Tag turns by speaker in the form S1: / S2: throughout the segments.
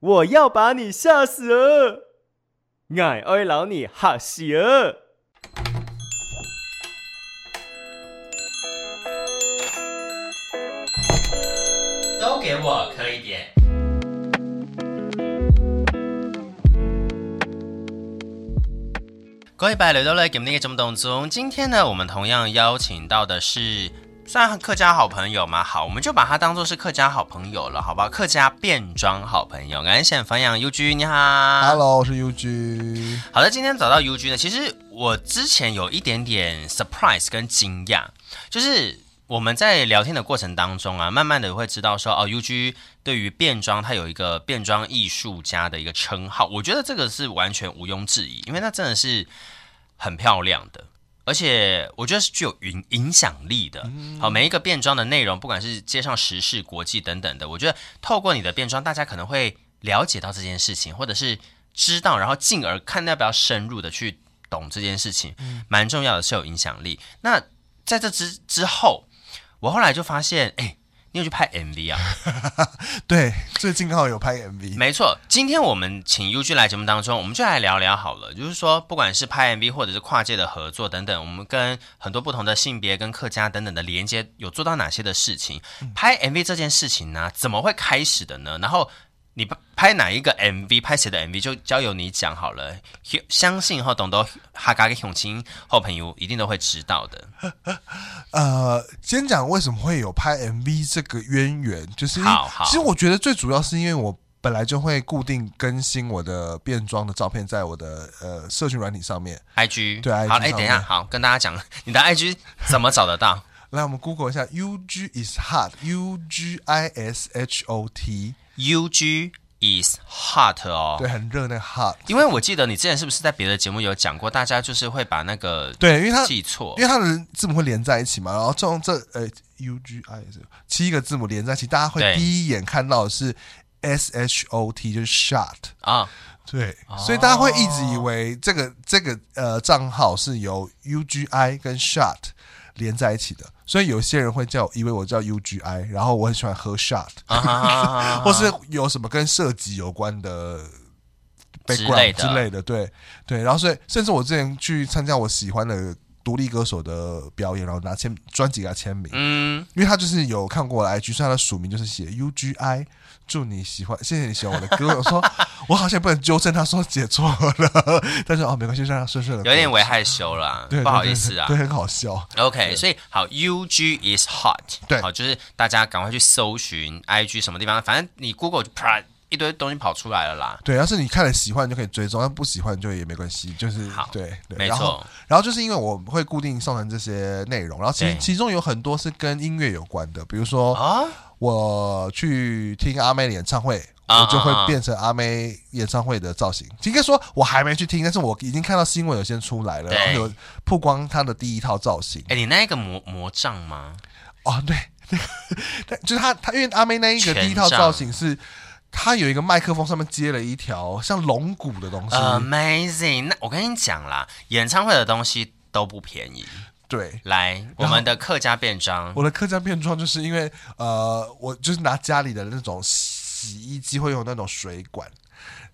S1: 我要把你吓死啊！俺爱老你吓死啊！
S2: 都给我磕一点。各位拜来到了给我们的一个节目当中，今天呢，我们同样邀请到的是算客家好朋友嘛，好，我们就把它当做是客家好朋友了，好不好？客家变装好朋友，感谢现繁阳 U G，你好
S3: Hello，我是 UG。
S2: 好的，今天找到 U G 呢，其实我之前有一点点 surprise 跟惊讶，就是我们在聊天的过程当中啊，慢慢的会知道说，哦，U G 对于变装，它有一个变装艺术家的一个称号，我觉得这个是完全毋庸置疑，因为它真的是很漂亮的。而且我觉得是具有影影响力的。好，每一个变装的内容，不管是街上时事、国际等等的，我觉得透过你的变装，大家可能会了解到这件事情，或者是知道，然后进而看要不要深入的去懂这件事情，蛮重要的，是有影响力。那在这之之后，我后来就发现，哎、你有去拍 MV 啊？
S3: 对，最近刚好有拍 MV，
S2: 没错，今天我们请 UG 来节目当中，我们就来聊聊好了，就是说，不管是拍 MV 或者是跨界的合作等等，我们跟很多不同的性别跟客家等等的连接，有做到哪些的事情？
S3: 嗯
S2: 拍 MV 这件事情呢、怎么会开始的呢？然后你拍拍哪一个 MV，拍谁的 MV，就交由你讲好了。相信哈，懂得哈嘎跟永清后朋友一定都会知道的。
S3: 呃，先讲为什么会有拍 MV 这个渊源，就是因为
S2: 好好
S3: 其实我觉得最主要是因为我本来就会固定更新我的变装的照片在我的呃社群软体上面。
S2: IG
S3: 对，IG
S2: 好，哎，
S3: 上
S2: 等一下，
S3: 面
S2: 好，跟大家讲，你的 IG 怎么找得到？
S3: 来，我们 Google 一下 UG is hot，U G I S H O T，
S2: UG is hot 哦。
S3: 对，很热那个 hot。
S2: 因为我记得你之前是不是在别的节目有讲过，大家就是会把那个
S3: 对，因为它
S2: 记错
S3: 因，为它的字母会连在一起嘛，然后这种这呃 U G I 是七个字母连在一起，大家会
S2: 对
S3: 第一眼看到的是 S H O T，就是 shot。
S2: 啊，
S3: 对，所以大家会一直以为这个这个呃账号是由 U G I 跟 shot 连在一起的，所以有些人会叫我以为我叫 U G I，然后我很喜欢喝 shot，、
S2: 啊哈哈哈哈
S3: 或是有什么跟射击有关的
S2: 之
S3: background
S2: 类
S3: 之
S2: 的
S3: 类的，对对。然后所以甚至我之前去参加我喜欢的独立歌手的表演，然后拿签专辑给他签名，
S2: 嗯，
S3: 因为他就是有看过我的 IG，所以他的署名就是写 UGI。祝你喜欢，谢谢你喜欢我的歌。我说我好像也不能纠正他说写错了， 但是哦没关系，让他顺顺的。
S2: 有点为害羞啦，
S3: 对，
S2: 不好
S3: 对
S2: 意思啊
S3: 对，。很好笑。
S2: OK，所以好，UG is hot，
S3: 对
S2: 好，就是大家赶快去搜寻 IG 什么地方，反正你 Google 就啪一堆东西跑出来了啦。
S3: 对，要是你看了喜欢你就可以追踪，但不喜欢就也没关系，就是
S2: 好
S3: 对对。
S2: 没
S3: 然后
S2: 错，
S3: 然后就是因为我会固定上传这些内容，然后其
S2: 对
S3: 其中有很多是跟音乐有关的，比如说
S2: 啊，
S3: 我去听阿妹的演唱会，
S2: 啊
S3: 我就
S2: 啊啊
S3: 会变成阿妹演唱会的造型。应该说我还没去听，但是我已经看到新闻有先出来了，
S2: 对
S3: 然后有曝光她的第一套造型。
S2: 哎，你那一个魔魔杖吗？
S3: 哦，对，那个 就是她，她因为阿妹那一个第一套
S2: 权杖
S3: 造型是。她有一个麦克风，上面接了一条像龙骨的东西，
S2: 啊 Amazing！那我跟你讲啦，演唱会的东西都不便宜。
S3: 对，
S2: 来，我们的客家便装，
S3: 我的客家变装就是因为呃，我就是拿家里的那种洗衣机会有那种水管，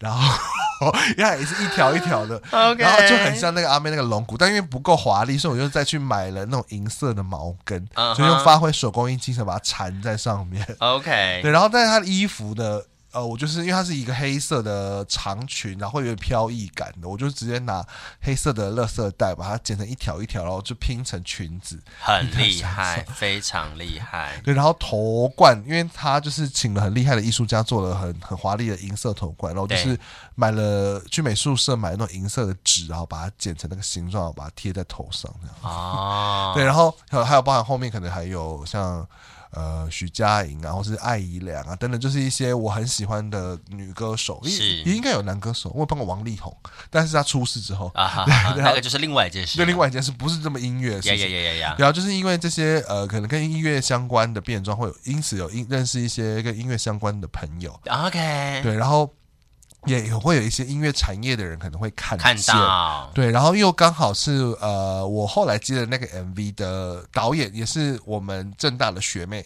S3: 然后 因为它也是一条一条的
S2: OK
S3: 然后就很像那个阿妹那个龙骨，但因为不够华丽，所以我就再去买了那种银色的毛根
S2: 嗯哼哎
S3: 就用发挥手工艺精神把它缠在上面。
S2: OK，
S3: 对，然后但是她的衣服呢，呃，我就是因为它是一个黑色的长裙，然后会有点飘逸感的，我就直接拿黑色的垃圾袋把它剪成一条一条，然后就拼成裙子。
S2: 很厉害，非常厉 害。
S3: 对，然后头冠，因为他就是请了很厉害的艺术家做了很很华丽的银色头冠，然后就
S2: 对
S3: 是买了去美术社买那种银色的纸，然后把它剪成那个形状，然后把它贴在头上这样。
S2: 哦，
S3: 对，然后还有还有包含后面可能还有像呃徐佳莹啊，或是艾怡良啊等等，就是一些我很喜欢的女歌手，也
S2: 是
S3: 也应该有男歌手，我有帮过王力宏，但是他出事之后，
S2: 啊哈哈，
S3: 对然后
S2: 那个就是另外一件事。
S3: 对另，外一件事不是这么音乐的事
S2: 呀
S3: 情，
S2: 呀呀呀呀，
S3: 然后就是因为这些呃，可能跟音乐相关的变装，会有因此有因认识一些跟音乐相关的朋友，
S2: OK，
S3: 对，然后也也会有一些音乐产业的人可能会看
S2: 看
S3: 见
S2: 到
S3: 对，然后又刚好是呃，我后来接的那个 MV 的导演也是我们正大的学妹，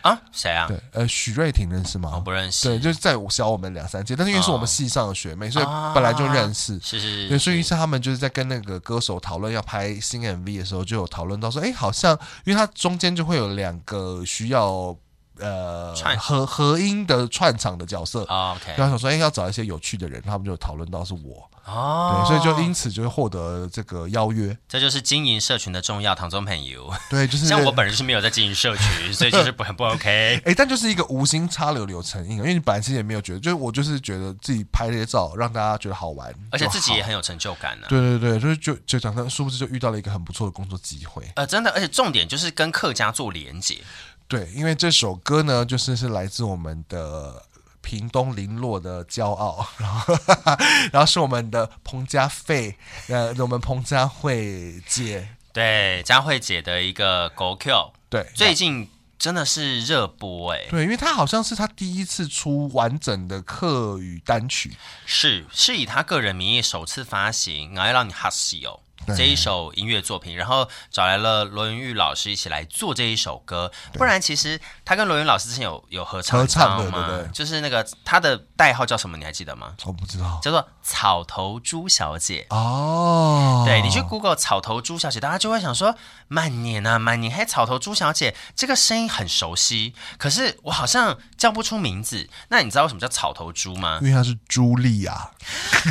S2: 啊？谁啊？
S3: 对，呃，许瑞婷认识吗？
S2: 哦我不认识。哦
S3: 对，就是在我小我们两三届，但是因为是我们系上的学妹，所以
S2: 啊
S3: 本来就认识。
S2: 是是
S3: 对，
S2: 是
S3: 所以
S2: 是，
S3: 是他们就是在跟那个歌手讨论要拍新 MV 的时候，就有讨论到说，哎，好像因为它中间就会有两个需要呃
S2: 串
S3: 合合音的串场的角色，
S2: 哦 OK，
S3: 然后想说，哎，要找一些有趣的人，他们就有讨论到是我，
S2: 哦
S3: 对，，所以就因此就获得这个邀约，
S2: 这就是经营社群的重要，唐宗朋友。
S3: 对，就是
S2: 像我本人是没有在经营社群， 所以就是不很不 OK。
S3: 哎、但就是一个无心插柳柳成荫，因为你本来其实也没有觉得，就是我就是觉得自己拍这些照让大家觉得好玩，
S2: 而且自己
S3: 就
S2: 也
S3: 好
S2: 很有成就感啊呢、
S3: 对对对，就是就就讲到，殊不知就遇到了一个很不错的工作机会。
S2: 呃，真的，而且重点就是跟客家做连接。
S3: 对，因为这首歌呢，就是是来自我们的屏东林落的骄傲，然后然后是我们的彭佳慧，呃，我们彭佳慧姐，
S2: 对，佳慧姐的一个狗 Q，
S3: 对，
S2: 最近真的是热播哎、
S3: 对，因为她好像是她第一次出完整的客语单曲，
S2: 是是以她个人名义首次发行《我要让你哈西哦》这一首音乐作品，然后找来了罗云玉老师一起来做这一首歌。不然其实她跟罗云老师之前有有合唱，
S3: 合唱
S2: 你知道
S3: 对
S2: 吗？
S3: 对对
S2: 就是那个她的代号叫什么？你还记得吗？
S3: 我不知道
S2: 叫做草头猪小姐。
S3: 哦，
S2: 对你去 Google 草头猪小姐，大家就会想说：慢年啊，慢年，嘿，草头猪小姐这个声音很熟悉，可是我好像叫不出名字。那你知道为什么叫草头猪 吗
S3: 因？为她是茱莉亚，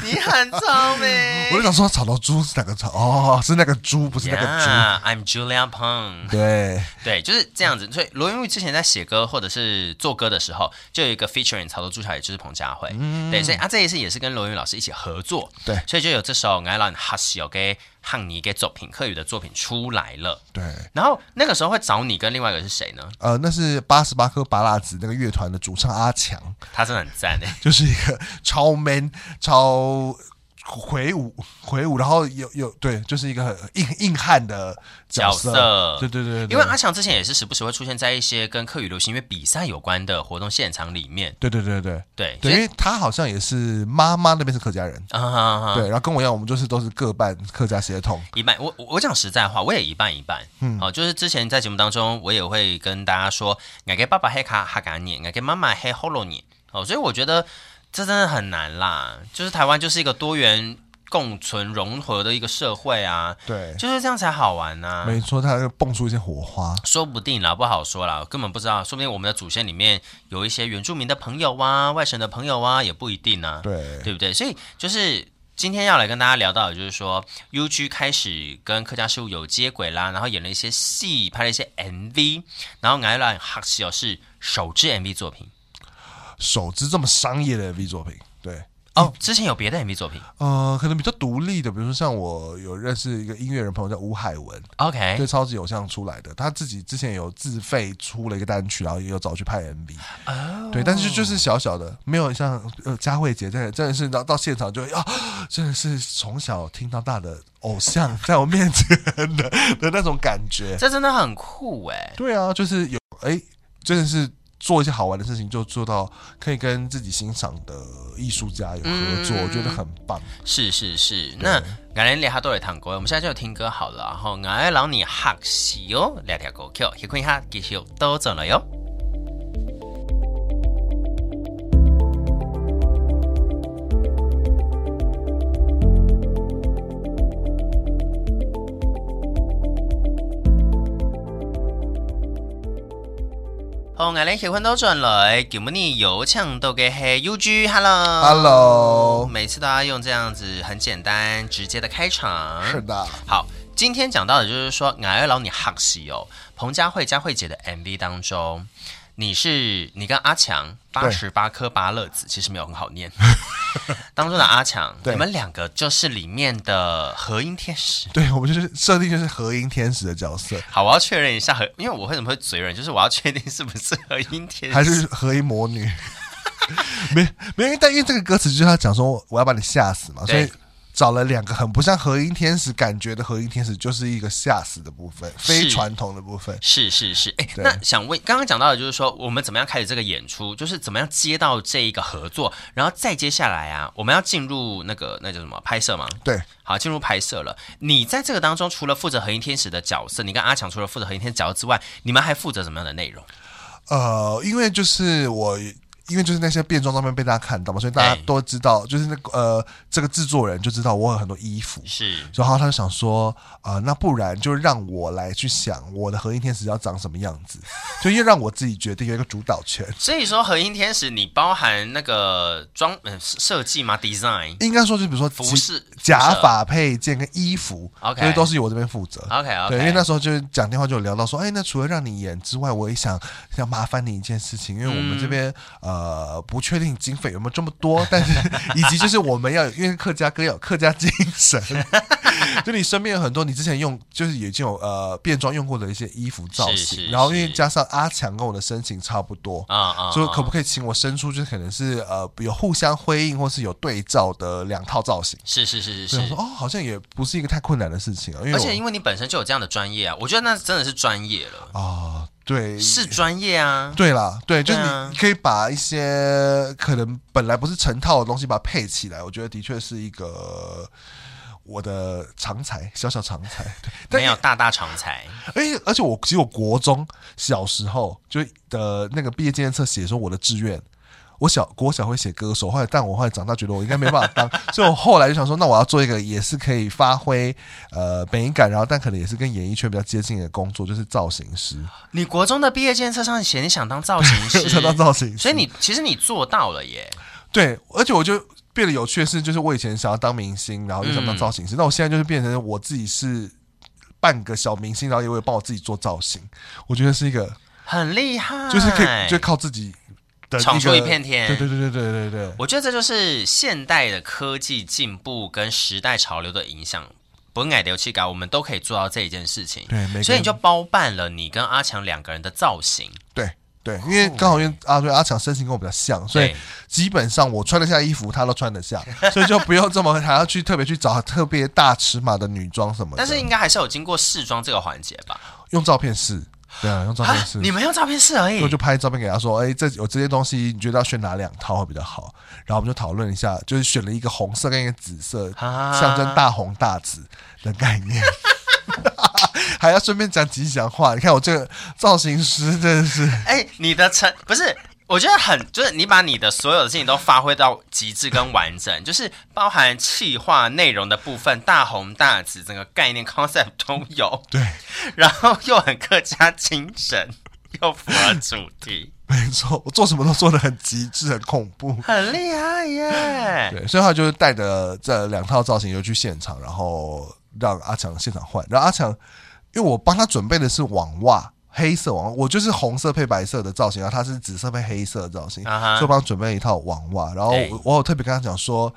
S2: 你很聪
S3: 我就
S2: 明。
S3: 想说草到猪是哪个草？哦，是那个猪，不是那个猪。
S2: Yeah，I'm Julia Peng。
S3: 对，
S2: 对，就是这样子。所以罗云玉之前在写歌或者是做歌的时候，就有一个 featuring 曹头朱小，也就是彭佳慧。对，所以啊，这一次也是跟罗云玉老师一起合作。
S3: 嗯对
S2: 所以就有这首《爱让你哈西有给汉尼给作品客语的作品出来了。
S3: 对，
S2: 然后那个时候会找你跟另外一个是谁呢？
S3: 呃，那是八十八颗拔蜡子那个乐团的主唱阿强，
S2: 他真的很赞哎，
S3: 就是一个超 man、超魁梧、魁梧，然后有有对，就是一个很硬硬汉的角色。
S2: 角色
S3: 对对对
S2: 因
S3: 对，
S2: 为阿强之前也是时不时会出现在一些跟客语流行音乐比赛有关的活动现场里面。
S3: 对对对对
S2: 对，
S3: 对，因
S2: 所以
S3: 为他好像也是妈妈那边是客家人，
S2: 啊哈哈
S3: 对，然后跟我一样，我们就是都是各半客家血统。
S2: 一半，我我我讲实在话，我也一半一半。嗯，好、就是之前在节目当中，我也会跟大家说，我给爸爸黑卡哈嘎念，我给妈妈黑喉咙念。哦，所以我觉得这真的很难啦。就是台湾就是一个多元共存融合的一个社会啊，
S3: 对，
S2: 就是这样才好玩呐、
S3: 没错，他就蹦出一些火花。
S2: 说不定啦，不好说啦，根本不知道，说不定我们的祖先里面有一些原住民的朋友啊，外省的朋友啊，也不一定啊，
S3: 对，
S2: 对不对？所以就是今天要来跟大家聊到，的就是说 UG 开始跟客家事务有接轨啦，然后演了一些戏，拍了一些 MV，然后挨了哈西哦是首支 MV 作品
S3: 首支这么商业的 MV 作品，对。
S2: 哦，之前有别的 MV 作品
S3: 呃，可能比较独立的，比如说像我有认识一个音乐人朋友叫吴海文，
S2: ，OK
S3: 对超级偶像出来的，他自己之前有自费出了一个单曲，然后也有找去拍 MV，、对，但是就是小小的，没有像呃佳慧姐这样真的是到到现场就会啊，真的是从小听到大的偶像在我面前的的那种感觉，
S2: 这真的很酷哎、
S3: 对啊，就是有哎，真的是。做一些好玩的事情，就做到可以跟自己欣赏的艺术家有合作，我觉得很棒。
S2: 是是是，那俺连俩都有唱歌，我们现在就听歌好了。然后俺让你学习哦，两条歌曲，一看下继续都走了哟。好，俺连喜欢都转来，今日有唱到嘅系 UG，Hello。
S3: Hello，
S2: 每次都要用这样子很简单直接的开场。
S3: 是的，
S2: 好，今天讲到的就是说，俺要老你哈西哦，彭佳慧佳慧姐的 MV 当中，你是你跟阿强八十八颗芭乐子，其实没有很好 念。当中的阿强，
S3: 对
S2: 你们两个就是里面的合音天使。
S3: 对，我们就是设定就是合音天使的角色，
S2: 好，我要确认一下合，因为我为什么会嘴软，就是我要确定是不是合音天使，
S3: 还是合音魔女？ 没没有，但因为这个歌词就是他讲说我要把你吓死嘛，所
S2: 对
S3: 以找了两个很不像合音天使感觉的合音天使，就是一个吓死的部分，非传统的部分。
S2: 是是是，哎、
S3: 对
S2: 那想问，刚刚讲到的就是说，我们怎么样开始这个演出，就是怎么样接到这一个合作，然后再接下来啊，我们要进入那个那叫什么拍摄吗？
S3: 对，
S2: 好，进入拍摄了。你在这个当中，除了负责合音天使的角色，你跟阿强除了负责合音天使角色之外，你们还负责什么样的内容？
S3: 呃，因为就是我，因为就是那些变装照片被大家看到嘛，所以大家
S2: 哎
S3: 都知道，就是那个呃，这个制作人就知道我有很多衣服，
S2: 是
S3: 然后他就想说，啊、那不然就让我来去想我的合音天使要长什么样子，就因为让我自己决定有一个主导权。
S2: 所以说，合音天使你包含那个装呃设设计吗？Design
S3: 应该说，就比如说
S2: 服饰
S3: 其假发配件跟衣服，
S2: OK
S3: 所以都是由我这边负责。
S2: ，OK OK，
S3: 对，因为那时候就是讲电话就有聊到说，哎，那除了让你演之外，我也想 想麻烦你一件事情，因为我们这边、
S2: 嗯
S3: 呃不确定经费有没有这么多，但是 以及就是我们要有因为客家歌要有客家精神， 就你身边有很多你之前用就是已经有呃变装用过的一些衣服造型，
S2: 是是
S3: 然后因为
S2: 是
S3: 加上阿强跟我的身形差不多。
S2: 啊啊，
S3: 所以可不可以请我伸出，就是可能是呃有互相辉映或是有对照的两套造型？
S2: 是是是
S3: 所
S2: 是
S3: 以我
S2: 是
S3: 说，哦，好像也不是一个太困难的事情啊，因为
S2: 而
S3: 我
S2: 且因为你本身就有这样的专业啊，我觉得那真的是专业了，
S3: 啊、对，
S2: 是专业啊，
S3: 对啦，对，就是
S2: 对啊
S3: 你可以把一些可能本来不是成套的东西把它配起来，我觉得的确是一个我的长才，小小长才。对，但
S2: 没有大大长才，
S3: 而且哎而且我其实我国中小时候就的那个毕业纪念册写说我的志愿。我小国小会写歌手，后来但我后来长大觉得我应该没办法当， 所以我后来就想说，那我要做一个也是可以发挥呃美感，然后但可能也是跟演艺圈比较接近的工作，就是造型师，
S2: 你国中的毕业建设上写你想当造型师，
S3: 想当造型师。
S2: 所以你其实你做到了耶，
S3: 对，而且我就变得有趣的是，就是我以前想要当明星，然后又想当造型师，那、我现在就是变成我自己是半个小明星，然后也会帮我自己做造型。我觉得是一个，
S2: 很厉害，
S3: 就是可以就靠自己的
S2: 闯出
S3: 个
S2: 一片天
S3: 对对对对对对对，
S2: 我觉得这就是现代的科技进步跟时代潮流的影响。不改流气感，我们都可以做到这一件事情。
S3: 对每个人
S2: 所以你就包办了你跟阿强两个人的造型。
S3: 对对，因为刚好因为阿对阿强身形跟我比较像，所以
S2: 对
S3: 基本上我穿得下衣服，他都穿得下，所以就不用这么还要去特别去找特别大尺码的女装什么的。
S2: 但是应该还是有经过试妆这个环节吧？
S3: 用照片试，对啊，用照片
S2: 啊，
S3: 试。
S2: 你们用照片试而已
S3: 所以我。就拍照片给他说：“哎、这有这些东西，你觉得要选哪两套会比较好？”然后我们就讨论一下，就是选了一个红色跟一个紫色，
S2: 啊
S3: 象征大红大紫的概念。 还要顺便讲吉祥话，你看我这个造型师真的是
S2: 哎、你的成不是，我觉得很就是你把你的所有的事情都发挥到极致跟完整，就是包含企划内容的部分，大红大紫，整个概念 concept 都有，
S3: 对，
S2: 然后又很客家精神，又符合主题，
S3: 没错，我做什么都做的很极致， 很恐怖。
S2: 很厉害耶！
S3: 对，所以他就是带着这两套造型就去现场，然后让阿强现场换。然后阿强，因为我帮他准备的是网袜，黑色网袜，我就是红色配白色的造型，然后他是紫色配黑色的造型，
S2: 啊哈哎
S3: 所以我帮他准备了一套网袜。然后
S2: 对
S3: 我我有特别跟他讲说，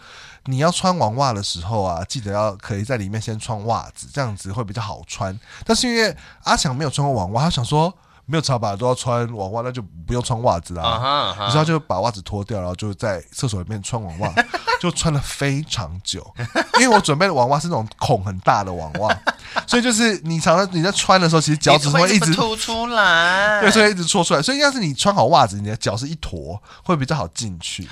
S3: 你要穿网袜的时候啊，记得要可以在里面先穿袜子，这样子会比较好穿。但是因为阿强没有穿过网袜，他想说没有差吧，都要穿网袜，那就不用穿袜子啦。
S2: 啊哈啊哈
S3: 你知道就把袜子脱掉，然后就在厕所里面穿网袜， 就穿了非常久。因为我准备的网袜是那种孔很大的网袜， 所以就是你常常你在穿的时候，其实脚趾
S2: 你
S3: 会一
S2: 这么
S3: 直
S2: 凸出来，
S3: 对，所以一直戳出来。所以要是你穿好袜子，你的脚是一坨，会比较好进去。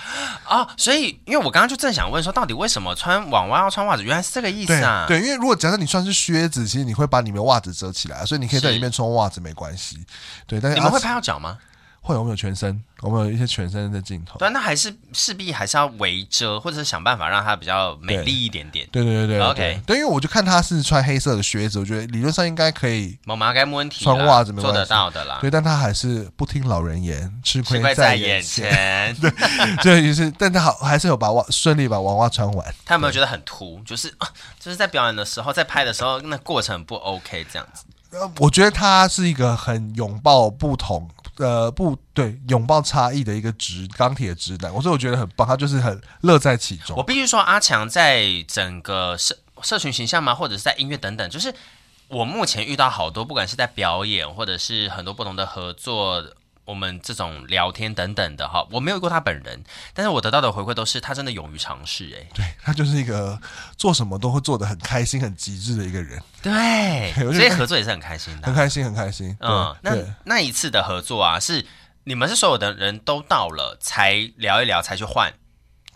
S2: 哦，所以因为我刚刚就正想问说，到底为什么穿网袜要穿袜子？原来是这个意思
S3: 对
S2: 啊！
S3: 对，因为如果假设你穿是靴子，其实你会把里面袜子遮起来，所以你可以在
S2: 是
S3: 里面穿袜子没关系。对，但是
S2: 你们
S3: 啊
S2: 会拍到脚吗？
S3: 会我们有全身，我们有一些全身的镜头。
S2: 对啊，那还是势必还是要围遮，或者是想办法让它比较美丽一点点。
S3: 对对对对
S2: OK
S3: 对对，因为我就看他是穿黑色的靴子，我觉得理论上应该可以
S2: 毛毛该没问题啦，
S3: 穿袜子没
S2: 做
S3: 关系
S2: 得到的啦，
S3: 对，但他还是不听老人言，吃
S2: 吃
S3: 亏
S2: 亏在
S3: 在
S2: 眼
S3: 眼
S2: 前。
S3: 对，就是，但他好还是有把袜顺利把娃娃穿完。
S2: 他有没有觉得很突？就是啊，就是在表演的时候，在拍的时候，那过程不 OK 这样子。
S3: 呃，我觉得他是一个很拥抱不同，呃，不对，拥抱差异的一个直钢铁直男，我所以我觉得很棒，他就是很乐在其中
S2: 我。必须说，阿强在整个社社群形象嘛，或者是在音乐等等，就是我目前遇到好多，不管是在表演，或者是很多不同的合作。我们这种聊天等等的哈，我没有遇过他本人，但是我得到的回馈都是他真的勇于尝试、欸，
S3: 对他就是一个做什么都会做的很开心、很极致的一个人，
S2: 嗯对，
S3: 我就
S2: 所以合作也是很开心的
S3: 很
S2: 啊。
S3: 开心，很开心。
S2: 嗯，
S3: 对
S2: 那
S3: 对
S2: 那一次的合作啊，是你们是所有的人都到了才聊一聊才去换，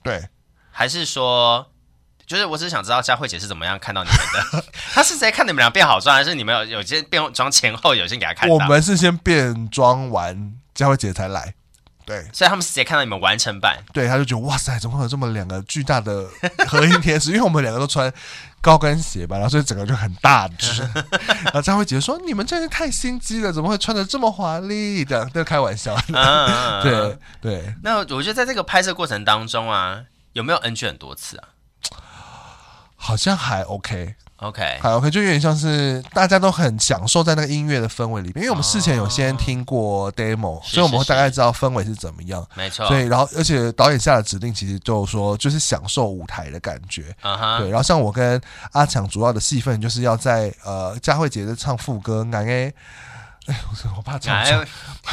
S3: 对，
S2: 还是说，就是我只是想知道佳慧姐是怎么样看到你们 的？她是直接看你们俩变好妆，还是你们有有些变妆前后有些给她看到？
S3: 我们是先变装完佳慧姐才来，对
S2: 所以他们是直接看到你们完成 版，
S3: 对，她就觉得哇塞，怎么会有这么两个巨大的 合音天使？因为我们两个都穿高跟鞋吧，然后所以整个就很大 只。然后佳慧姐说：“你们真是太心机了，怎么会穿的这么华丽？”这样，这开玩笑。
S2: 嗯，
S3: 对。对，
S2: 那我觉得在这个拍摄过程当中啊，有没有 NG 很多次啊
S3: 好像还 OK。
S2: ？OK，
S3: 还 OK，就有点像是大家都很享受在那个音乐的氛围里面，因为我们事前有先听过 demo，、
S2: 是
S3: 所以我们会
S2: 是
S3: 大概知道氛围是怎么样。
S2: 没错。
S3: 所以，然后而且导演下的指令其实就是说，就是享受舞台的感觉。
S2: 嗯哼，
S3: 对，然后像我跟阿强主要的戏份就是要在呃佳慧姐在唱副歌《俺哎》，哎，我我怕唱错
S2: 哎
S3: 《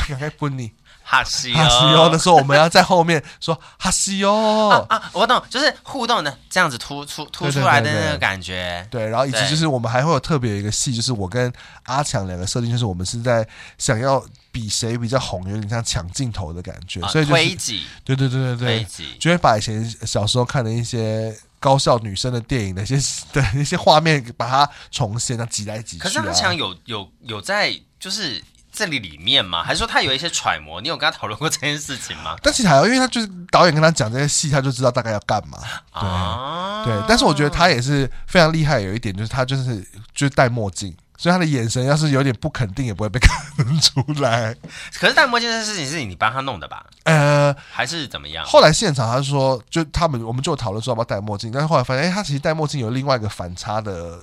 S3: 俺哎不你
S2: 哈西
S3: 哈西
S2: 哦
S3: 哟》的时候，我们要在后面说哈西哟
S2: 啊。啊，我懂，就是互动的这样子突出突
S3: 哦对对
S2: 出来的
S3: 对对
S2: 那个感觉。
S3: 对，然后以及
S2: 对
S3: 就是我们还会有特别有一个戏，就是我跟阿强两个设定，就是我们是在想要比谁比较红，有点像抢镜头的感觉，
S2: 啊
S3: 所以就是
S2: 推挤，
S3: 对对对对
S2: 推
S3: 对，
S2: 挤，
S3: 就会把以前小时候看的一些高校女生的电影的一些的一些画面，把它重现，那挤来挤去、啊。
S2: 可是阿强有有有在就是这里里面吗？还是说他有一些揣摩？你有跟他讨论过这件事情吗？
S3: 但其实还好，因为他就是导演跟他讲这些戏，他就知道大概要干嘛。对、
S2: 啊，
S3: 对，但是我觉得他也是非常厉害，有一点就是他就是就是戴墨镜，所以他的眼神要是有点不肯定，也不会被看出来。
S2: 可是戴墨镜这件事情是你帮他弄的吧？
S3: 呃，
S2: 还是怎么样？
S3: 后来现场他说，就他们我们就有讨论说要不要戴墨镜，但是后来发现，哎、他其实戴墨镜有另外一个反差的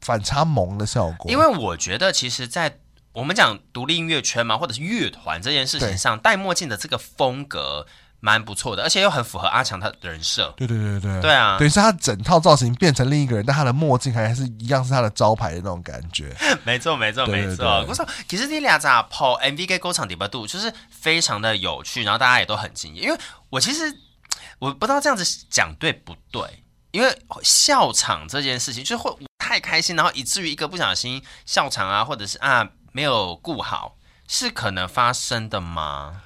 S3: 反差萌的效果。
S2: 因为我觉得，其实，在我们讲独立音乐圈嘛，或者是乐团这件事情
S3: 对
S2: 上，戴墨镜的这个风格蛮不错的，而且又很符合阿强他的人设。
S3: 对对对对
S2: 对啊
S3: 等于是他整套造型变成另一个人，但他的墨镜还是一样是他的招牌的那种感觉。
S2: 没错，没错，
S3: 对对
S2: 没错。
S3: 对
S2: 我说，其实你俩咋跑 MV 跟歌场底巴度，就是非常的有趣，然后大家也都很惊艳。因为我其实我不知道这样子讲对不对，因为笑场这件事情就是会太开心，然后以至于一个不小心笑场啊，或者是啊没有顾好，是可能发生的吗？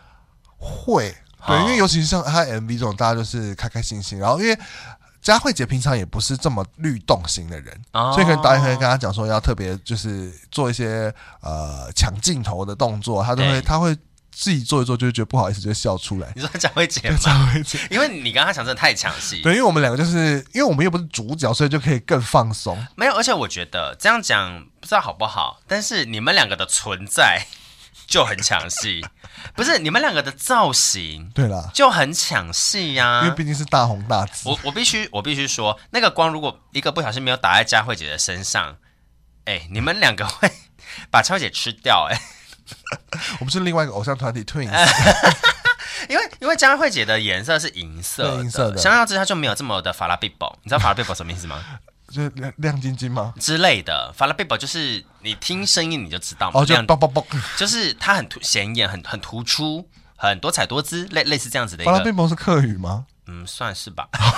S3: 会，
S2: 好
S3: 对，因为尤其是像他 MV 这种，大家就是开开心心。然后因为佳慧姐平常也不是这么律动型的人，
S2: 哦
S3: 所以可能导演会跟他讲说要特别就是做一些呃抢镜头的动作，他就会
S2: 对
S3: 他会自己做一做，就会觉得不好意思，就会笑出来。
S2: 你说佳慧 姐吗？
S3: 佳慧姐，
S2: 因为你刚刚讲真的太抢戏，
S3: 对，因为我们两个就是因为我们又不是主角，所以就可以更放松。
S2: 没有，而且我觉得这样讲不知道好不好，但是你们两个的存在 就很抢戏，不是你们两个的造型
S3: 对啦，
S2: 就很抢戏呀、
S3: 因为毕竟是大红大紫，
S2: 啊我我必须我必须说，那个光如果一个不小心没有打在佳慧姐的身上，哎，你们两个会把佳慧姐吃掉哎、
S3: 我们是另外一个偶像团体 Twins，、
S2: 因为因为佳慧姐的颜色是银色
S3: 对
S2: 的，
S3: 银色的
S2: 相较之下就没有这么的法拉贝宝，你知道法拉贝宝什么意思吗？
S3: 就是亮亮晶晶吗？
S2: 之类的，法拉贝宝就是你听声音你就知道嘛，
S3: 哦，就
S2: 亮
S3: 嘣嘣嘣，
S2: 就是它很突显眼，很很突出，很多彩多姿，类类似这样子的一
S3: 巴拉
S2: 个，
S3: 冰雹是客语吗？
S2: 嗯，算是吧，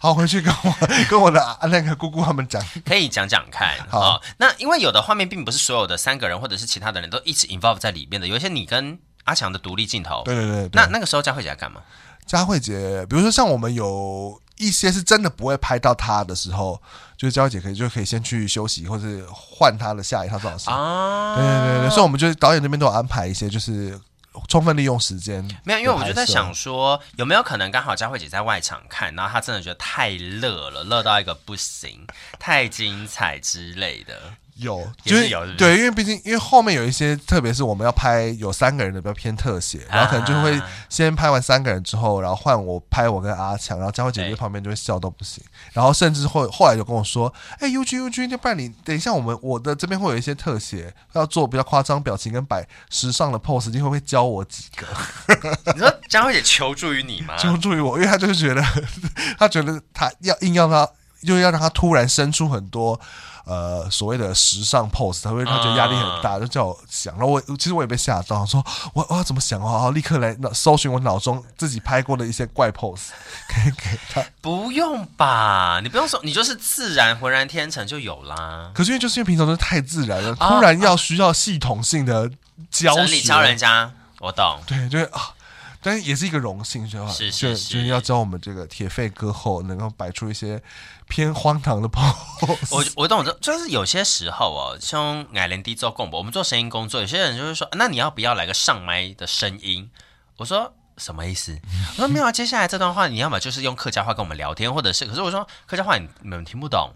S3: 好，回去跟我跟我的啊那个姑姑他们讲。
S2: 可以讲讲看。
S3: 好
S2: 哦那因为有的画面并不是所有的三个人或者是其他的人都一起 involve 在里面的，有一些你跟阿强的独立镜头。
S3: 对对对，对
S2: 那那个时候佳慧姐在干嘛？
S3: 佳慧姐，比如说像我们有一些是真的不会拍到她的时候，就是佳慧姐可以就可以先去休息，或是换她的下一套造型。
S2: 啊，
S3: 对对对对，所以我们就是导演那边都有安排一些，就是充分利用时间。
S2: 没有，因为我就在
S3: 拍摄
S2: 想说，有没有可能刚好佳慧姐在外场看，然后她真的觉得太热了，热到一个不行，太精彩之类的。
S3: 有，
S2: 也
S3: 就是是
S2: 有是不是
S3: 对，因为毕竟因为后面有一些，特别是我们要拍有三个人的比较偏特写，然后可能就会
S2: 啊
S3: 先拍完三个人之后，然后换我拍我跟阿强，然后佳慧姐姐
S2: 对
S3: 旁边就会笑到不行，然后甚至后后来就跟我说，哎，U G U G，要不然你等一下我们我的这边会有一些特写，要做比较夸张表情跟摆时尚的 pose，你会不会教我几个？
S2: 你说佳慧姐求助于你 吗？
S3: 就注意我，因为他就是觉得， 他觉得他要硬要他，又要让他突然生出很多呃所谓的时尚 pose，他会他觉得压力很
S2: 啊
S3: 大，就叫我想。然后我其实我也被吓到，说我我要怎么想哦，好立刻来脑搜寻我脑中自己拍过的一些怪 pose，可以给 他。
S2: 不用吧，你不用说，你就是自然浑然天成就有啦。
S3: 可是因为就是因为平常都是太自然了，突然要需要系统性的教
S2: 哦整理
S3: 学，
S2: 教人家，我懂。
S3: 对，就是啊。但是也是一个荣幸，就好
S2: 是是
S3: 就是就是要教我们这个铁肺歌后能够摆出一些偏荒唐的 pose。
S2: 我我懂，我懂就是有些时候哦，像矮人低做共播，我们做声音工作，有些人就会说，那你要不要来个上麦的声音？我说。什么意思？我说没有啊。接下来这段话，你要么就是用客家话跟我们聊天，或者是，可是我说客家话你你们听不懂。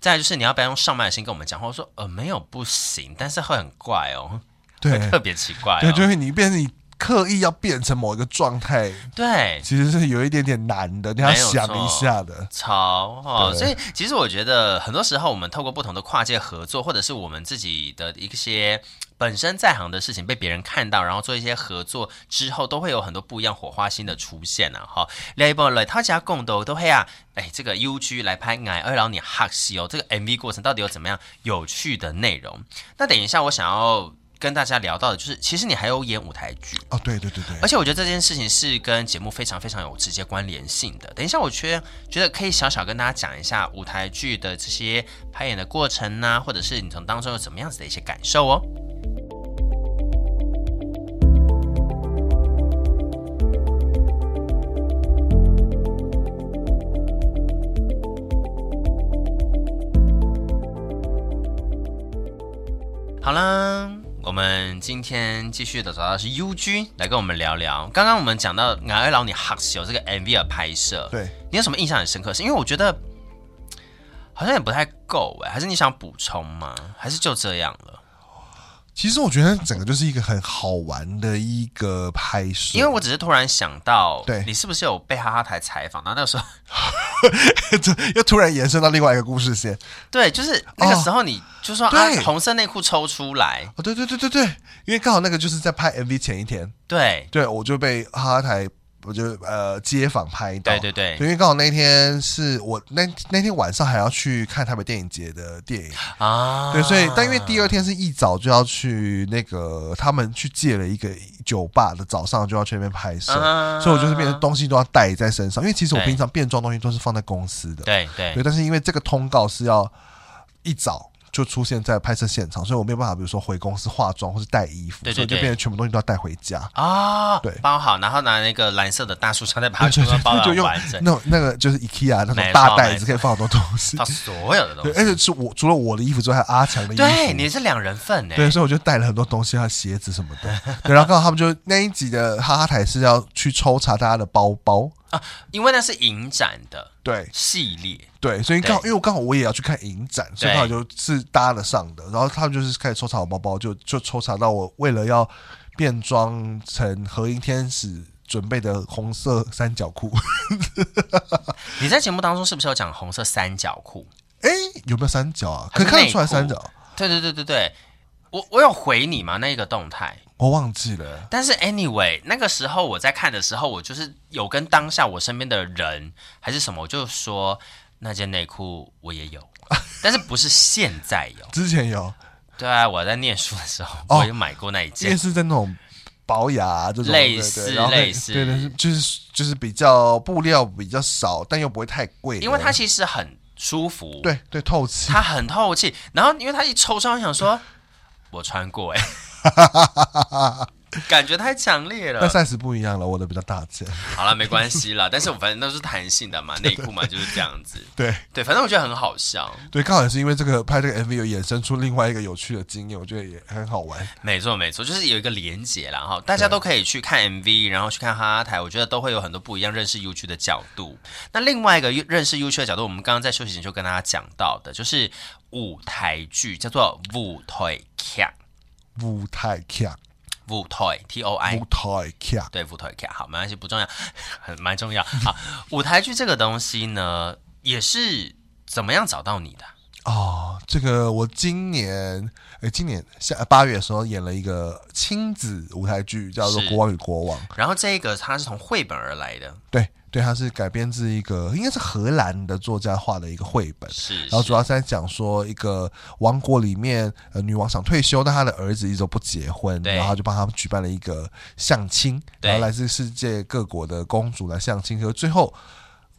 S2: 再来就是你要不要用上麦的声音跟我们讲话？我说呃没有不行，但是会很怪哦，
S3: 对
S2: 特别奇怪、
S3: 对，就
S2: 哦。
S3: 是你变成你刻意要变成某一个状态，
S2: 对，
S3: 其实是有一点点难的，你要
S2: 没有
S3: 想
S2: 错
S3: 一下的。
S2: 超哦，
S3: 对
S2: 所以其实我觉得很多时候我们透过不同的跨界合作，或者是我们自己的一些本身在行的事情被别人看到，然后做一些合作之后，都会有很多不一样火花新的出现啊！哈、l a b e l 来他家共斗都会啊，哎，这个 UG 来拍矮二郎你哈西哦，这个 MV 过程到底有怎么样有趣的内容？那等一下我想要跟大家聊到的就是，其实你还有演舞台剧。
S3: 哦，对对对对，
S2: 而且我觉得这件事情是跟节目非常非常有直接关联性的。等一下，我觉得觉得可以小小跟大家讲一下舞台剧的这些排演的过程呐、或者是你从当中有怎么样子的一些感受哦。好啦，我们今天继续的找到是 U G 来跟我们聊聊。刚刚我们讲到《俺二老你哈西》有这个 MV 的拍摄，
S3: 对，
S2: 你有什么印象很深刻？是因为我觉得好像也不太够哎、还是你想补充吗？还是就这样了？
S3: 其实我觉得整个就是一个很好玩的一个拍摄，
S2: 因为我只是突然想到，
S3: 对
S2: 你是不是有被哈哈台采访？然后那个时候，
S3: 又突然延伸到另外一个故事线。
S2: 对，就是那个时候你就说、啊
S3: 哦对，
S2: 红色内裤抽出来，
S3: 哦，对对对对对，因为刚好那个就是在拍 MV 前一天，
S2: 对，
S3: 对我就被哈哈台，我就呃街访拍到，
S2: 对对对
S3: 因为刚好那天是我那那天晚上还要去看台北电影节的电影，
S2: 啊，
S3: 对，所以但因为第二天是一早就要去那个他们去借了一个酒吧的早上就要去那边拍摄，
S2: 啊
S3: 所以我就是变成东西都要带在身上，因为其实我
S2: 对
S3: 平常变装东西都是放在公司的，
S2: 对对
S3: 对，但是因为这个通告是要一早就出现在拍摄现场，所以我没有办法，比如说回公司化妆或是带衣服，
S2: 对对
S3: 所以就
S2: 对
S3: 变成全部东西都要带回家。
S2: 啊，
S3: 对
S2: 包好，然后拿那个蓝色的大树枪再把它全部包
S3: 就
S2: 的
S3: 用
S2: 完整，
S3: 那种那个就是 IKEA 那
S2: 没错
S3: 种大袋
S2: 没
S3: 子，
S2: 错
S3: 可以放很多东西
S2: 到。所有的东
S3: 对，
S2: 西。
S3: 而且是我除了我的衣服之外，还有阿强的衣服。
S2: 对，你是两人份欸呢。
S3: 对，所以我就带了很多东西，还有鞋子什么 的。对，然后刚好他们就那一集的哈哈台是要去抽查大家的包包。
S2: 啊因为那是影展的
S3: 对
S2: 系列，
S3: 对，所以刚好
S2: 对
S3: 因为我刚好我也要去看影展，所以
S2: 对
S3: 刚好就是搭了上的。然后他们就是开始抽查我包包，就就抽查到我为了要变装成和音天使准备的红色三角裤。
S2: 你在节目当中是不是有讲红色三角裤？
S3: 哎，有没有三角啊？
S2: 还
S3: 可
S2: 是
S3: 看得出来
S2: 内裤
S3: 三角，
S2: 对对对对对，我我有回你吗？那一个动态。
S3: 我忘记了。
S2: 但是 anyway，那个时候我在看的时候，我就是有跟当下我身边的人还是什么，我就说那件内裤我也 有，但是不是现在有。
S3: 之前有，
S2: 对啊，我在念书的时候，
S3: 哦
S2: 我也买过那一
S3: 因为
S2: 件。
S3: 是在那种保雅、啊、这种
S2: 类
S3: 对对
S2: 似
S3: 然后
S2: 类似
S3: 对对，就是就是比较布料比较少，但又不会太贵的，
S2: 因为它其实很舒服，，
S3: 对对透气，
S2: 它很透气。然后因为它一抽上，我想 说，我穿过哎、感觉太强烈了
S3: 但。size 不一样了，我的比较大件，
S2: 好了，没关系啦，但是我反正都是弹性的嘛，内裤嘛就是这样子。
S3: 对。
S2: 对，反正我觉得很好笑。
S3: 对，刚好也是因为这个拍这个 MV 有衍生出另外一个有趣的经验，我觉得也很好玩。
S2: 没错，没错，就是有一个连结啦哈，大家都可以去看 MV，然后去看哈哈台，我觉得都会有很多不一样认识 U 区的角度。那另外一个认识 U 区的角度，我们刚刚在休息前就跟大家讲到的，就是舞台剧，叫做舞台剧，
S3: 舞台剧，
S2: 舞台 T O I
S3: 舞台剧，
S2: 对，副腿卡好，没关系，不重要， 很蛮重要好，舞台剧这个东西呢，也是怎么样找到你的？
S3: 哦，这个我今年，哎，今年下八月的时候演了一个亲子舞台剧，叫做
S2: 是
S3: 《国王与国王》。
S2: 然后这个它是从绘本而来的，
S3: 对对，它是改编自一个应该是荷兰的作家画的一个绘本。
S2: 是，
S3: 然后主
S2: 要
S3: 要是在讲说，一个王国里面，呃，女王想退休，但她的儿子一直都不结婚，
S2: 对
S3: 然后她就帮他们举办了一个相亲，
S2: 对
S3: 然后来自世界各国的公主来相亲，可是最后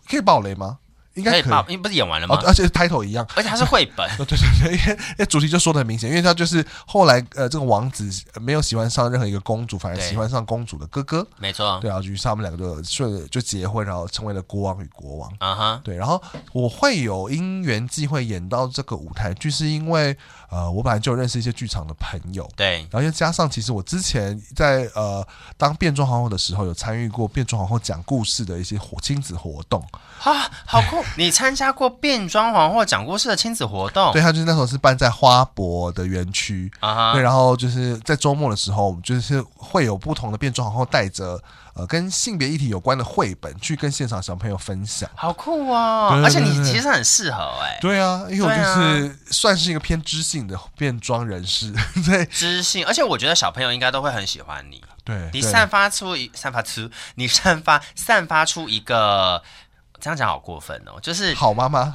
S3: 可以爆雷吗？应
S2: 可
S3: 该
S2: 以
S3: 可
S2: 吧？
S3: 以。
S2: 因为不是演完了吗
S3: 哦，？而且 title 一样，
S2: 而且它是绘 本，
S3: 对对对，因为因为主题就说的很明显，因为他就是后来呃，这个王子呃没有喜欢上任何一个公主，反而
S2: 对
S3: 喜欢上公主的哥哥，
S2: 没错。
S3: 对啊，于是他们两个就顺着就结婚，然后成为了国王与国王。
S2: 啊哈，
S3: 对，然后我会有因缘际会演到这个舞台剧，是因为呃，我本来就认识一些剧场的朋友，
S2: 对，
S3: 然后又加上其实我之前在呃当变装皇后的时候，有参与过变装皇后讲故事的一些活亲子活动。
S2: 啊，好 酷！你参加过变装皇后讲故事的亲子活动？
S3: 对，他就是那时候是办在花博的园区，
S2: 啊哈，
S3: 对，然后就是在周末的时候，我们就是会有不同的变装皇后带着呃跟性别议题有关的绘本去跟现场小朋友分享。
S2: 好酷哦！
S3: 对
S2: 而且你
S3: 对对
S2: 其实很适合哎，
S3: 对啊，因为我就
S2: 对啊
S3: 是算是一个偏知性的变装人士， 对
S2: 知性，而且我觉得小朋友应该都会很喜欢你。
S3: 对，
S2: 你
S3: 对
S2: 散发出一散发出，你散发散发出一个，这样讲好过分哦，就是
S3: 好妈妈，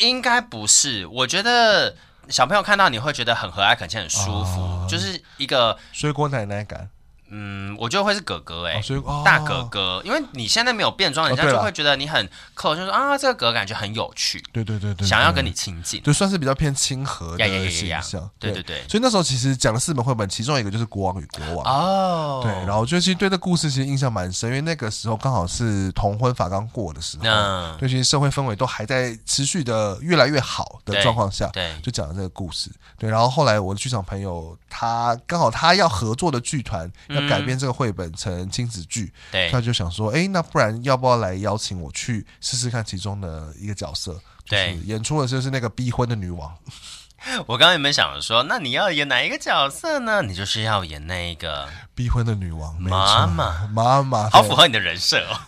S2: 应该不是，我觉得小朋友看到你会觉得很和蔼可亲，很舒服，
S3: 哦
S2: 就是一个
S3: 水果奶奶感，
S2: 嗯，我觉得会是哥哥哎、
S3: 哦，水果、哦、哦
S2: 大哥。哥，因为你现在没有变装，人家
S3: 对
S2: 就
S3: 啦
S2: 会觉得你很扣，就说啊，这个哥感觉很有趣，
S3: 对对对对，
S2: 想要跟
S3: 你。
S2: 你亲近。
S3: 就算是比较偏亲和
S2: 呀呀呀
S3: 的
S2: 呀
S3: 形
S2: 呀
S3: 象。
S2: 对对对
S3: 所以那时候其实讲了四本绘本，其中一个就是《国王与国王》。
S2: 哦，
S3: 对，然后我就其实对这故事其实印象蛮深，因为那个时候刚好是同婚法刚过的时候，
S2: 嗯
S3: 对，其实社会氛围都还在持续的越来越好的
S2: 对
S3: 状况下，
S2: 对
S3: 就讲了这个故事。对，然后后来我的剧场朋友他刚好他要合作的剧团要改编这个绘本成亲子剧，
S2: 嗯对
S3: 他就想说，哎，那不然要不要来邀请我去试试看其中的一个角色？就是
S2: 对
S3: 演出的就是那个逼婚的女王。
S2: 我刚刚有没有想着说，那你要演哪一个角色呢？你就是要演那一个，
S3: 逼婚的女王，没错
S2: 妈妈，
S3: 妈妈，
S2: 好符合你的人设哦。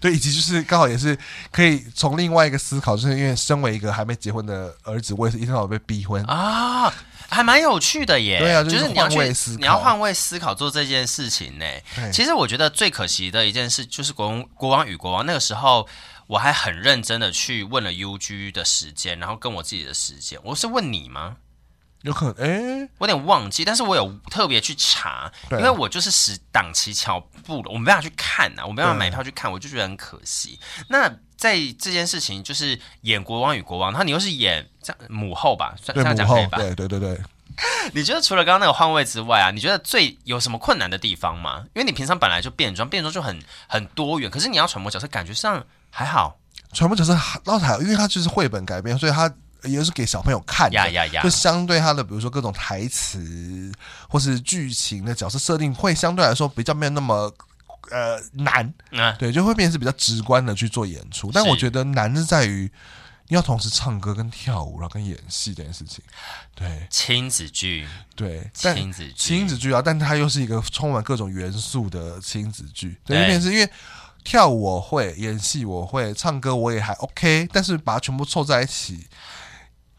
S3: 对，以及就是刚好也是可以从另外一个思考，就是因为身为一个还没结婚的儿子，我也是一天到晚被逼婚，
S2: 啊，还蛮有趣的耶。
S3: 对啊就
S2: 就是是你要
S3: 换位思
S2: 去，
S3: 考
S2: 你要换位思考做这件事情呢
S3: 对。
S2: 其实我觉得最可惜的一件事就是国王国王与国王那个时候。我还很认真的去问了 U G 的时间，然后跟我自己的时间，我是问你吗？
S3: 有可能哎，
S2: 我有点忘记，但是我有特别去查，
S3: 对
S2: 因为我就是时档期瞧不拢，我没办法去看呐、啊，我没办法
S3: 对
S2: 买票去看，我就觉得很可惜。那在这件事情，就是演国王与国王，然后你又是演这样母后吧，算这
S3: 对
S2: 样
S3: 母
S2: 讲可以
S3: 后，
S2: 吧？
S3: 对对对对，
S2: 你觉得除了刚刚那个换位之外啊，你觉得最有什么困难的地方吗？因为你平常本来就变装，变装就很很多元，可是你要传播角色，感觉上还好
S3: 传播角色闹台，因为它就是绘本改编，所以它也是给小朋友看的。
S2: 呀呀呀
S3: 就！相对它的，比如说各种台词或是剧情的角色设定，会相对来说比较没有那么呃难，
S2: 嗯，
S3: 对，就会变成是比较直观的去做演出。但
S2: 是
S3: 我觉得难是在于你要同时唱歌、跟跳舞，然后跟演戏这件事情。对
S2: 亲子剧，
S3: 对，但
S2: 亲子剧，
S3: 亲子剧啊，但它又是一个充满各种元素的亲子剧。对，
S2: 对
S3: 有点是因为跳舞我会，演戏我会，唱歌我也还 OK，但是把它全部凑在一起。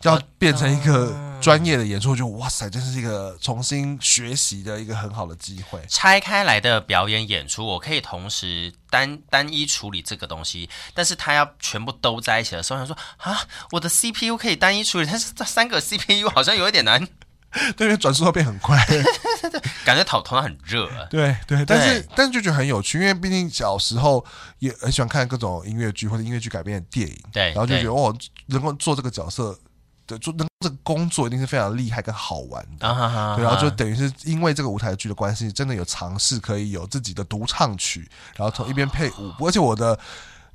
S3: 要变成一个专业的演出，就哇塞，真是一个重新学习的一个很好的机会。
S2: 拆开来的表演演出，我可以同时单单一处理这个东西，但是它要全部都在一起的时候，我想说啊，我的 CPU 可以单一处理，但是这三个 CPU 好像有一点难，
S3: 对，因为转速会变很快。
S2: 感觉头头脑很热啊。
S3: 对对，但是但是就觉得很有趣，因为毕竟小时候也很喜欢看各种音乐剧或者音乐剧改编的电影，
S2: 对
S3: 然后就
S2: 哎对
S3: 觉得哦，能够做这个角色，对，做能这个工作一定是非常厉害跟好玩的。
S2: 啊哈哈
S3: 对，然后就等于是因为这个舞台剧的关系，真的有尝试可以有自己的独唱曲，然后从一边配
S2: 啊
S3: 舞步，而且我的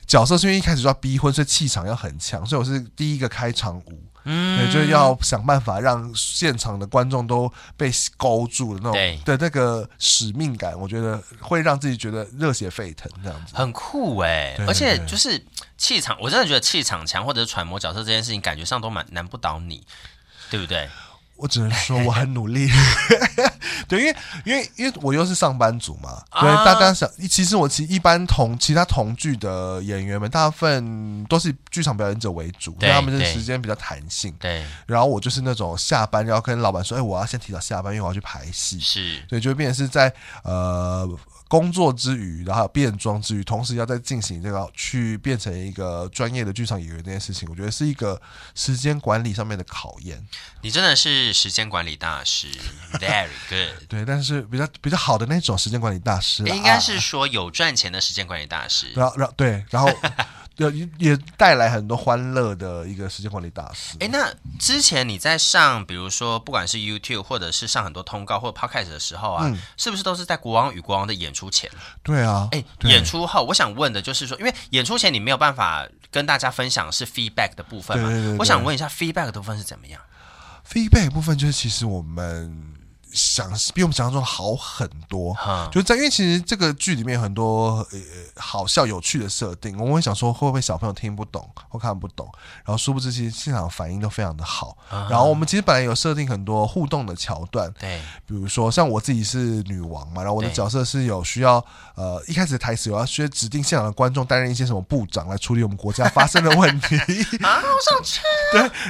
S3: 角色是因为一开始就要逼婚，所以气场要很强，所以我是第一个开场舞，嗯，对，就是要想办法让现场的观众都被勾住的那
S2: 对
S3: 种的那个使命感，我觉得会让自己觉得热血沸腾这样子。
S2: 很酷哎、
S3: 对
S2: 而且
S3: 对
S2: 就是气场，我真的觉得气场强或者是揣摩角色这件事情，感觉上都蛮难不倒你，对不对？
S3: 我只能说我很 努力，对，因为因为因为我又是上班族嘛，
S2: 啊
S3: 对，大家想，其实我其一般同其他同剧的演员们，大部分都是剧场表演者为主，所
S2: 对
S3: 以他们的
S2: 对
S3: 时间比较弹性。
S2: 对，
S3: 然后我就是那种下班要跟老板说，哎，我要先提早下班，因为我要去排戏，
S2: 是
S3: 对，就变成是在呃工作之余，然后还有变装之余，同时要在进行这个去变成一个专业的剧场演员这件事情，我觉得是一个时间管理上面的考验。
S2: 你真的是时间管理大 师，very good。
S3: 对，但是比较比较好的那种时间管理大师啦，
S2: 应该
S3: 啊
S2: 是说有赚钱的时间管理大师，
S3: 然后然后对，然后有也带来很多欢乐的一个时间管理大师。
S2: 哎，那之前你在上，比如说不管是 YouTube 或者是上很多通告或 Podcast 的时候啊，
S3: 嗯
S2: 是不是都是在国王与国王的演出前？
S3: 对啊，
S2: 哎，
S3: 对
S2: 演出后，我想问的就是说，因为演出前你没有办法跟大家分享是 feedback 的部分嘛，
S3: 对对对对
S2: 我想问一下 feedback 的部分是怎么样？
S3: feedback 部分就是其实我们想比我们想象中好很多，
S2: 哈、
S3: 就在因为其实这个剧里面有很多呃好笑有趣的设定，我们会想说会不会小朋友听不懂或看不懂，然后殊不知其实现场反应都非常的好。
S2: 啊
S3: 然后我们其实本来有设定很多互动的桥段，
S2: 对，
S3: 比如说像我自己是女王嘛，然后我的
S2: 对
S3: 角色是有需要呃一开始的台词有要需指定现场的观众担任一些什么部长来处理我们国家发生的问 题。
S2: 啊，好想去，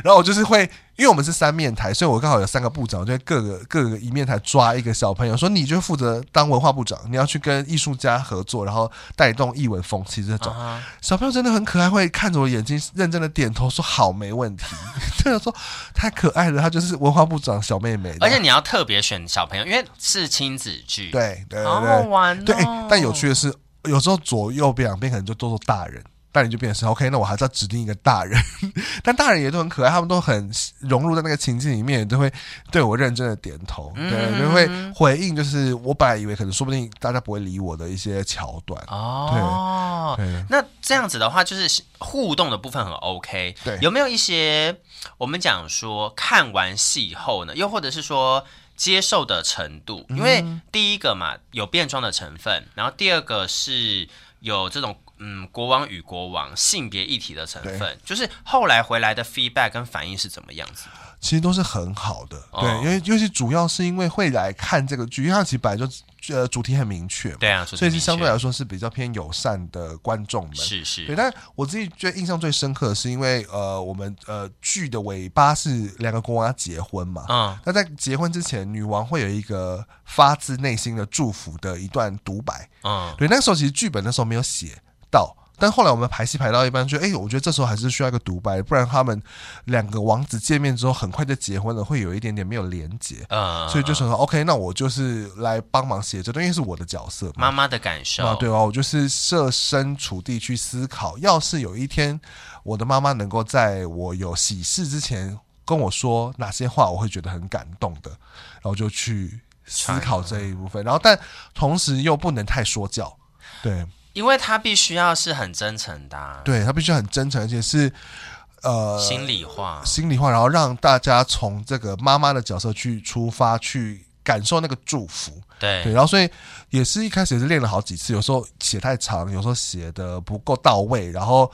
S3: 然后我就是会，因为我们是三面台，所以我刚好有三个部长，我就会各个各个一面台抓一个小朋友，说你就负责当文化部长，你要去跟艺术家合作，然后带动艺文风气这种。
S2: 啊
S3: 小朋友真的很可爱，会看着我眼睛认真的点头说好，没问题。 真的说太可爱了，她就是文化部长小妹妹。
S2: 而且你要特别选小朋友，因为是亲子剧，，
S3: 对对对
S2: 好好
S3: 对
S2: 玩、哦，
S3: 对、哎但有趣的是，有时候左右边两边可能就都是大人。大人就变成是 OK，那我还是要指定一个大人， 但大人也都很可爱，他们都很融入在那个情境里面，都会对我认真的点头，对，就会回应，就是我本来以为可能说不定大家不会理我的一些桥段，
S2: 啊哦，
S3: 对，
S2: 那这样子的话，就是互动的部分很 OK。
S3: 对
S2: 有没有一些我们讲说看完戏后呢？又或者是说接受的程度？
S3: 嗯
S2: 因为第一个嘛，有变装的成分，然后第二个是有这种。嗯，国王与国王性别议题的成分，就是后来回来的 feedback 跟反应是怎么样子？
S3: 其实都是很好的，
S2: 哦
S3: 对，因为尤其主要是因为会来看这个剧，因为它其实本来就呃主题很明确嘛，
S2: 对啊，
S3: 所以是相对来
S2: 说
S3: 说是比较偏友善的观众们，
S2: 是是
S3: 对，但我自己觉得印象最深刻的是因为呃，我们呃剧的尾巴是两个国王要结婚嘛。
S2: 嗯
S3: 那在结婚之前，女王会有一个发自内心的祝福的一段独白。
S2: 嗯
S3: 对，那个时候其实剧本那时候没有写到，但后来我们排戏排到一半，觉得哎、我觉得这时候还是需要一个独白，不然他们两个王子见面之后很快就结婚了，会有一点点没有连结。
S2: 嗯，
S3: 所以就想说，OK，那我就是来帮忙写这段，因为是我的角色嘛。
S2: 妈妈的感受，
S3: 啊，对啊，我就是设身处地去思考，要是有一天我的妈妈能够在我有喜事之前跟我说哪些话，我会觉得很感动的，然后就去思考这一部分，然后但同时又不能太说教，对
S2: 因为她必须要是很真诚的、啊，
S3: 对，他必须很真诚，而且是呃
S2: 心里话，
S3: 心里话，然后让大家从这个妈妈的角色去出发去。感受那个祝福，
S2: 对
S3: 对，然后所以也是一开始也是练了好几次，有时候写太长，有时候写的不够到位，然后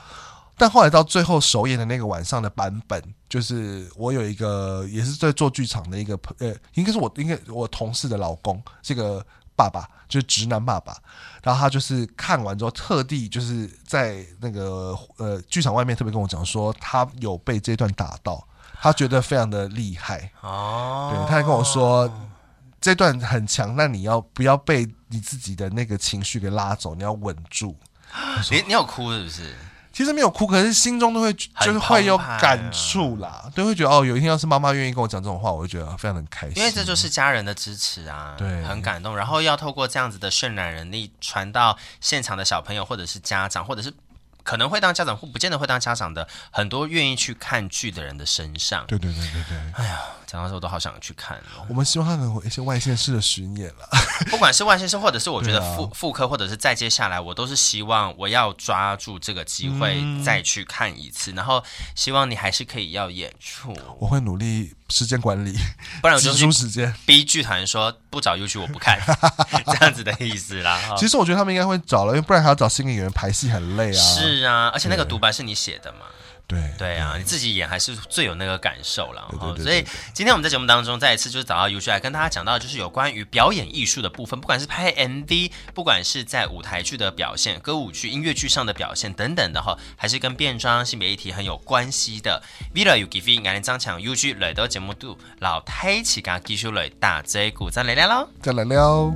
S3: 但后来到最后首演的那个晚上的版本，就是我有一个也是在做剧场的一个朋呃，应该是我应该我同事的老公是个爸爸，就是直男爸爸，然后他就是看完之后特地就是在那个呃剧场外面特别跟我讲说，他有被这段打到，他觉得非常的厉害，
S2: 哦，
S3: 对，他还跟我说这段很强，但你要不要被你自己的那个情绪给拉走？你要稳住。
S2: 你你有哭是不是？
S3: 其实没有哭，可是心中都会
S2: 很
S3: 就是会有
S2: 澎湃啊啊
S3: 感触啦，对，会觉得哦，有一天要是妈妈愿意跟我讲这种话，我就觉得非常的开心。
S2: 因为这就是家人的支持啊，
S3: 对
S2: 很感动。然后要透过这样子的渲染能力传到现场的小朋友，或者是家长，或者是可能会当家长或不见得会当家长的很多愿意去看剧的人的身上。
S3: 对对对对对，
S2: 讲到这我都好想去看哦，
S3: 我们希望他能有一些外县市的巡演啦。
S2: 不管是万先生，或者是我觉得
S3: 对啊
S2: 妇妇科，或者是再接下来，我都是希望我要抓住这个机会
S3: 嗯
S2: 再去看一次，然后希望你还是可以要演出，
S3: 我会努力时间管 理，
S2: 不然我就
S3: 挤
S2: 是
S3: 出时间。
S2: 逼剧团说不找 U 剧我不 看，这样子的意思啦。哈
S3: 其实我觉得他们应该会找了，因为不然还要找新的演员排戏很累啊。，
S2: 是啊，而且那个独白是你写的嘛？
S3: 对
S2: 对啊，你自己演还是最有那个感受了
S3: 对对
S2: 哈。
S3: 对对
S2: 所以今天我们在节目当中再一次就是找到 U 来跟大家讲到，就是有关于表演艺术的部分，不管是拍 MV，不管是在舞台剧的表现、歌舞剧、音乐剧上的表现等等的哈，还是跟变装性别议题很有关系的。Vila U Give 眼张强 U G 来到节目度，老太起噶继续来打这一股，再来聊喽。
S3: 再来聊。